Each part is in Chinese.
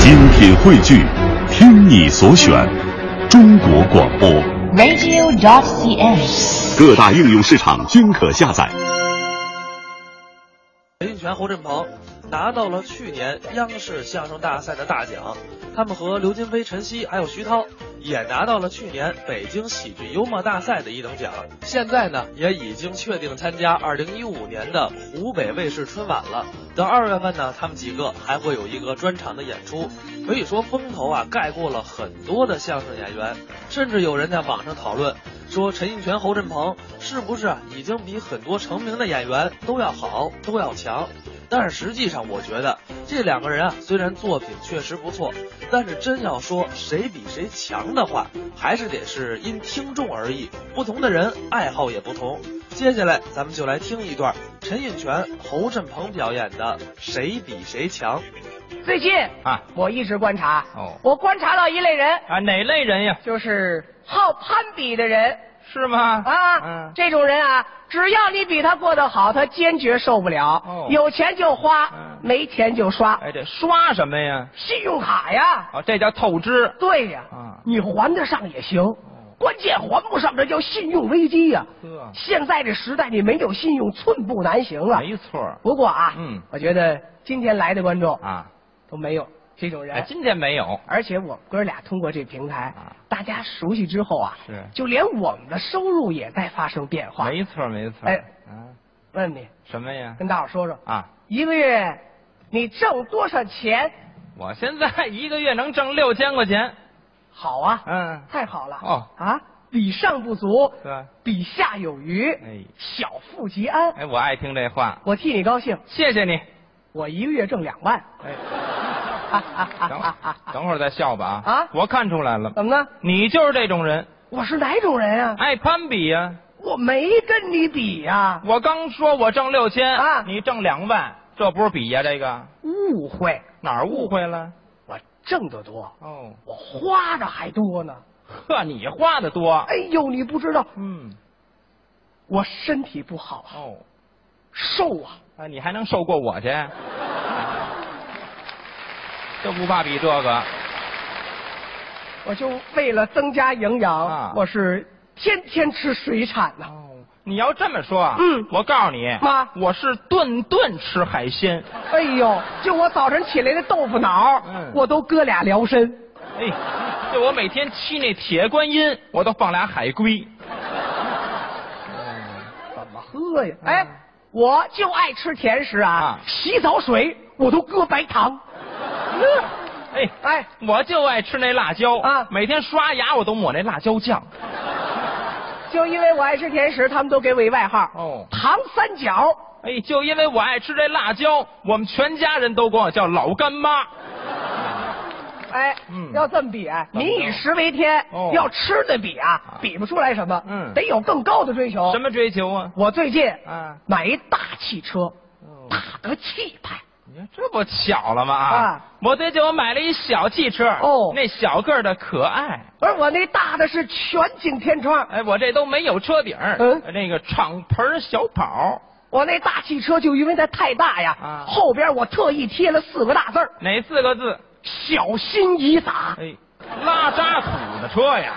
精品汇聚，听你所选，中国广播。 radio.cn。各大应用市场均可下载。陈印泉、侯振鹏拿到了去年央视相声大赛的大奖，他们和刘金飞、陈曦还有徐涛也拿到了去年北京喜剧幽默大赛的一等奖。现在呢，也已经确定参加2015年的湖北卫视春晚了。到二月份呢，他们几个还会有一个专场的演出。可以说，风头啊盖过了很多的相声演员，甚至有人在网上讨论说，陈印泉、侯振鹏是不是啊已经比很多成名的演员都要好，都要强？但是实际上，我觉得这两个人啊，虽然作品确实不错，但是真要说谁比谁强的话，还是得是因听众而异，不同的人爱好也不同。接下来，咱们就来听一段陈印泉、侯振鹏表演的《谁比谁强》。最近啊我一直观察，哦我观察到一类人，啊，哪类人呀？就是好攀比的人是吗？啊，嗯，这种人啊，只要你比他过得好，他坚决受不了。哦有钱就花，嗯没钱就刷，哎，这刷什么呀？信用卡呀，哦，这叫透支。对呀，啊哦你还得上也行。关键还不上，这叫信用危机呀、呵现在这时代，你没有信用，寸步难行啊。没错儿不过啊，嗯我觉得今天来的观众啊，都没有这种人。哎，今天没有。而且我们哥俩通过这平台啊，大家熟悉之后啊是，就连我们的收入也在发生变化。没错儿没错儿。哎啊，问你，什么呀？跟大伙儿说说，啊，一个月你挣多少钱？我现在一个月能挣六千块钱。好啊，嗯，太好了。哦啊，比上不足，对比下有余，哎小富即安。哎，我爱听这话，我替你高兴，谢谢你。我一个月挣两万。 哎，哈哈哈等哈哈等会儿再笑吧啊！啊我看出来了，怎么呢？你就是这种人，我是哪种人啊？爱攀比呀、我没跟你比呀、我刚说我挣六千啊你挣两万，这不是比呀、这个误会，哪儿误会了？我挣得多。哦，我花的还多呢。呵，你花的多。哎呦，你不知道，嗯，我身体不好啊，哦，瘦啊，啊，你还能瘦过我去？ 这不怕比这个我就为了增加营养，啊我是天天吃水产呐、哦。你要这么说啊，嗯我告诉你，妈我是顿顿吃海鲜。哎呦，就我早晨起来的豆腐脑，嗯我都搁俩辽参。哎，就我每天沏那铁观音，我都放俩海龟。怎么喝呀？哎，我就爱吃甜食啊，嗯啊洗澡水我都搁白 糖。哎哎，我就爱吃那辣椒啊每天刷牙我都抹那辣椒酱。就因为我爱吃甜食，他们都给我一外号，哦糖三角。哎，就因为我爱吃这辣椒，我们全家人都管我叫老干妈。哎，嗯要这么比啊，怎么民着以食为天，哦要吃的比啊，比不出来什么，嗯得有更高的追求。什？么追求啊？我最近啊买一大汽车，哦大的气派，你看这不巧了吗？啊我对就我买了一小汽车，哦那小个儿的可爱，而我那大的是全景天窗，哎，我这都没有车顶，嗯那个敞篷小跑，我那大汽车就因为它太大呀，啊后边我特意贴了四个大字儿哪四个字？小心翼洒，哎，拉渣土的车呀。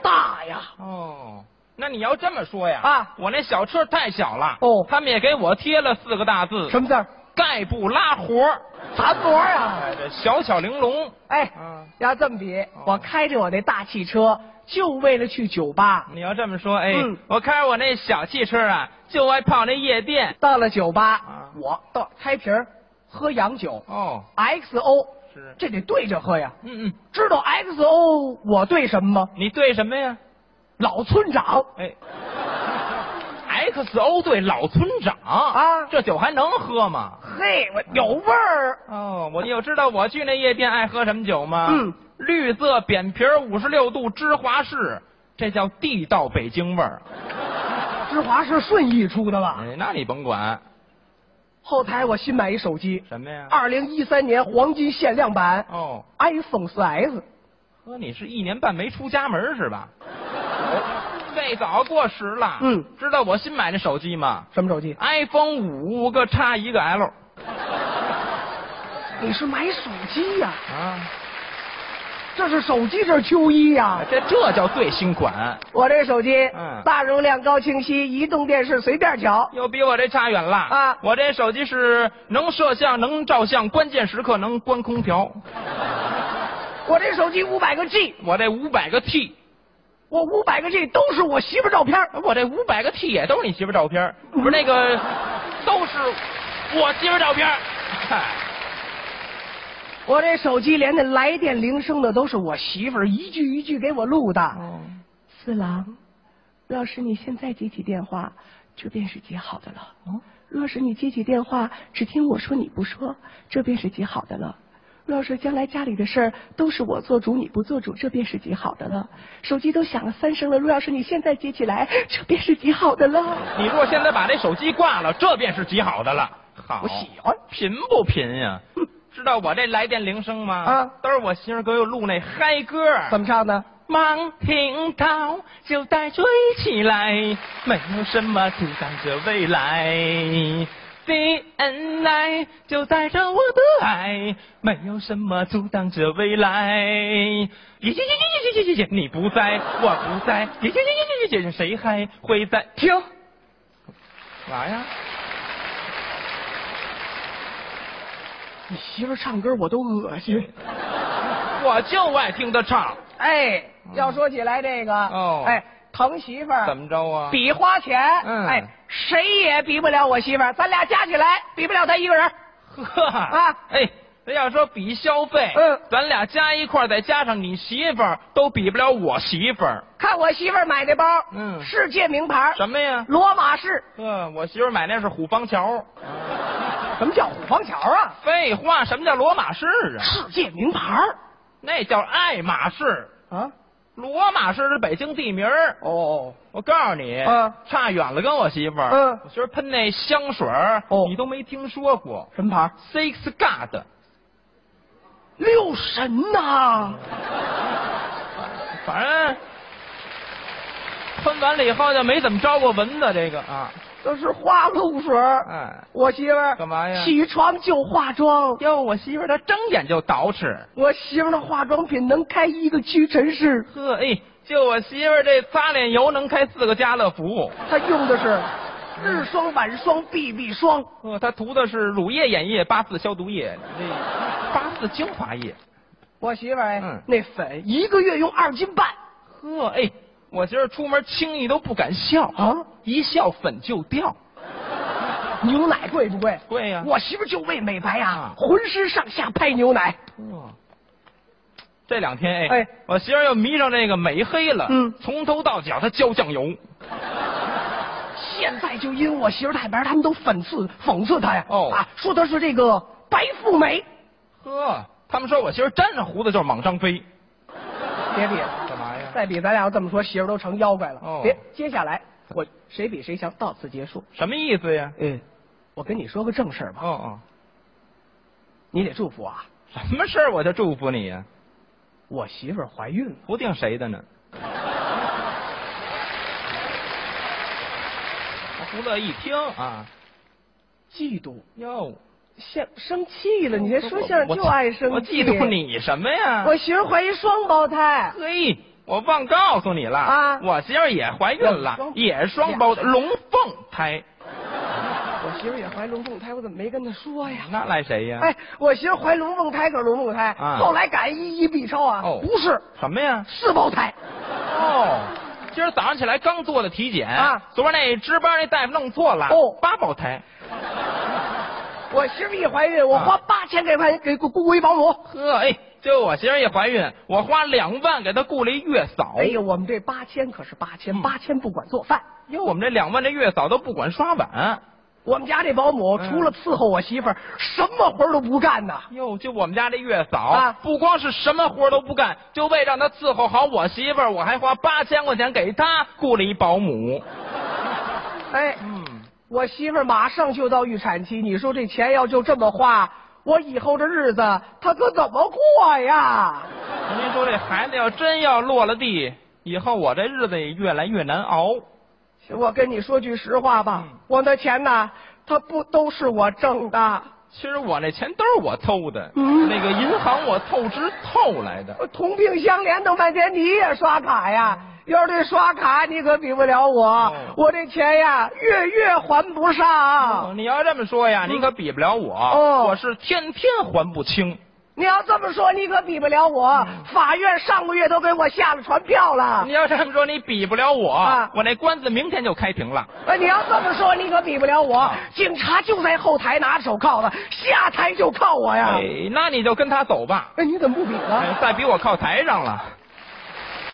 大呀，哦，那你要这么说呀？啊我那小车太小了。哦他们也给我贴了四个大字，什么字儿？概不拉活儿。残模啊哎，！这小巧玲珑。哎嗯，要这么比，哦我开着我那大汽车就为了去酒吧。你要这么说，哎，嗯我开着我那小汽车啊，就爱泡那夜店。到了酒吧，啊我到开瓶儿喝洋酒哦， ，XO，是这得对着喝呀。嗯嗯，知道 XO 我对什么吗？你对什么呀？老村长，哎，XO 对老村长啊这酒还能喝吗？嘿，我有味儿。哦，我有知道我去那夜店爱喝什么酒吗？嗯，绿色扁瓶五十六度芝华士，这叫地道北京味儿。芝华士顺义出的吧？哎，那你甭管后台我新买一手机，什么呀？二零一三年黄金限量版、哦， iPhone 四 S，呵，你是一年半没出家门是吧？哎这早过时了。哎嗯，知道我新买那手机吗什么手机？ ？iPhone 五五个差一个 L。你是买手机呀、啊，这是手机，这是秋衣呀、这这叫最新款，我这手机，哎嗯大容量、高清晰，移动电视随便瞧。又比我这差远了啊我这手机是能摄像、能照相，关键时刻能关空调。我这手机五百个 G，我这五百个 T，我五百个 G 都是我媳妇照片。我这五百个 T 也都是你媳妇照片儿，不是那个， 都是我媳妇照片儿。 嗨，我这手机连那来电铃声的都是我媳妇儿一句一句给我录的。四郎，若是你现在接起电话，这便是极好的了。若是你接起电话，只听我说你不说，这便是极好的了。若是将来家里的事儿都是我做主，你不做主，这便是极好的了。手机都响了三声了，若要是你现在接起来，这便是极好的了。你若现在把这手机挂了，这便是极好的了。好，我喜欢贫不贫呀、知道我这来电铃声吗？啊，都是我媳妇给我录那嗨歌。么唱的？忙听到就带追起来，没有什么阻挡着未来。DNA 就带着我的爱，没有什么阻挡着未来。耶耶耶耶耶耶耶耶！你不在，我不在，耶耶耶耶耶耶耶！谁还会在？停！干嘛呀？你媳妇儿唱歌我都恶心。我就爱听她唱。哎，要说起来这个，嗯哦哎，疼媳妇儿怎么着啊？比花钱，嗯哎，谁也比不了我媳妇儿，咱俩加起来比不了她一个人。呵啊哎，那要说比消费，嗯咱俩加一块儿，再加上你媳妇儿，都比不了我媳妇儿。看我媳妇儿买那包，嗯世界名牌，什么呀？罗马式，呵，我媳妇儿买那是虎坊桥。什么叫虎坊桥啊？废话，什么叫罗马式啊？世界名牌那叫爱马仕。啊？罗马式是北京地名儿哦，我告诉你，嗯差远了，跟我媳妇儿。嗯我媳妇儿喷那香水儿哦你都没听说过。什么牌？ Six God，六神呐、反正喷完了以后就没怎么招过蚊子。这个啊，这是花露水。哎。我媳妇儿干嘛呀起床就化妆，哟，我媳妇儿她睁眼就捯饬，我媳妇儿的化妆品能开一个屈臣氏，呵，哎，就我媳妇儿这擦脸油能开四个家乐福，她用的是日霜、晚霜、BB 霜。呵，她涂的是乳液、眼液、八四消毒液、那八四精华液，我媳妇儿哎、嗯那粉一个月用二斤半呵，哎，我媳妇儿出门轻易都不敢笑，啊！一笑粉就掉，牛奶贵不贵？贵呀、我媳妇儿就为美白呀、啊浑身上下拍牛奶。呵这两天哎，哎我媳妇儿又迷上这个美黑了，嗯从头到脚她浇酱油，现在就因为我媳妇儿太白，他们都讽刺讽刺她呀。哦啊，说她是这个白富美。呵，他们说我媳妇儿沾上胡子就是莽张飞，别比，干嘛呀？再比咱俩要这么说，媳妇儿都成妖怪了。哦别，接下来我谁比谁强，到此结束。什么意思呀？嗯，我跟你说个正事儿吧，哦哦。你得祝福啊。什么事儿我就祝福你呀、我媳妇儿怀孕了，不定谁的呢。我不乐意听啊！嫉妒，哟，现生气了。你这说相声就爱生气。我嫉妒你什么呀？我媳妇怀疑双胞胎，嘿，我忘告诉你了啊我媳妇儿也怀孕了双，也是双胞胎，龙凤胎。我媳妇也怀龙凤胎，我怎么没跟她说呀？那赖谁呀？哎，我媳妇怀龙凤胎可是龙凤胎，啊后来赶一一 B 超啊，哦不是什么呀？四胞胎，哦。今儿早上起来刚做的体检啊昨儿那值班那大夫弄错了哦八胞胎。我媳妇一怀孕，我啊花八千给外给雇雇一保姆，呵，哎，就我媳妇儿一怀孕，我花两万给她雇了一月嫂。哎呦，我们这八千可是八千，嗯八千不管做饭，哟，我们这两万这月嫂都不管刷碗。我们家这保姆嗯除了伺候我媳妇儿，什么活儿都不干呐。哟，就我们家这月嫂，啊不光是什么活都不干，就为让她伺候好我媳妇儿，我还花八千块钱给她雇了一保姆。哎，嗯，我媳妇儿马上就到预产期，你说这钱要就这么花，我以后这日子她可怎么过呀？您说这孩子要真要落了地，以后我这日子也越来越难熬。我跟你说句实话吧，我的钱呐，它不都是我挣的。其实我那钱都是我偷的，嗯那个银行我透支透来的。我同病相怜，都半天你也刷卡呀？要是这刷卡，你可比不了我，哦我这钱呀月月还不上。哦你要这么说呀，你可比不了我，啊嗯哦我是天天还不清。你要这么说，你可比不了我。法院上个月都给我下了传票了你。要这么说，你比不了我，啊我那官司明天就开庭了。哎，你要这么说，你可比不了我。警察就在后台拿手铐呢，下台就铐我呀。哎，那你就跟他走吧， 哎，你怎么不比呢？哎再比我靠台上了。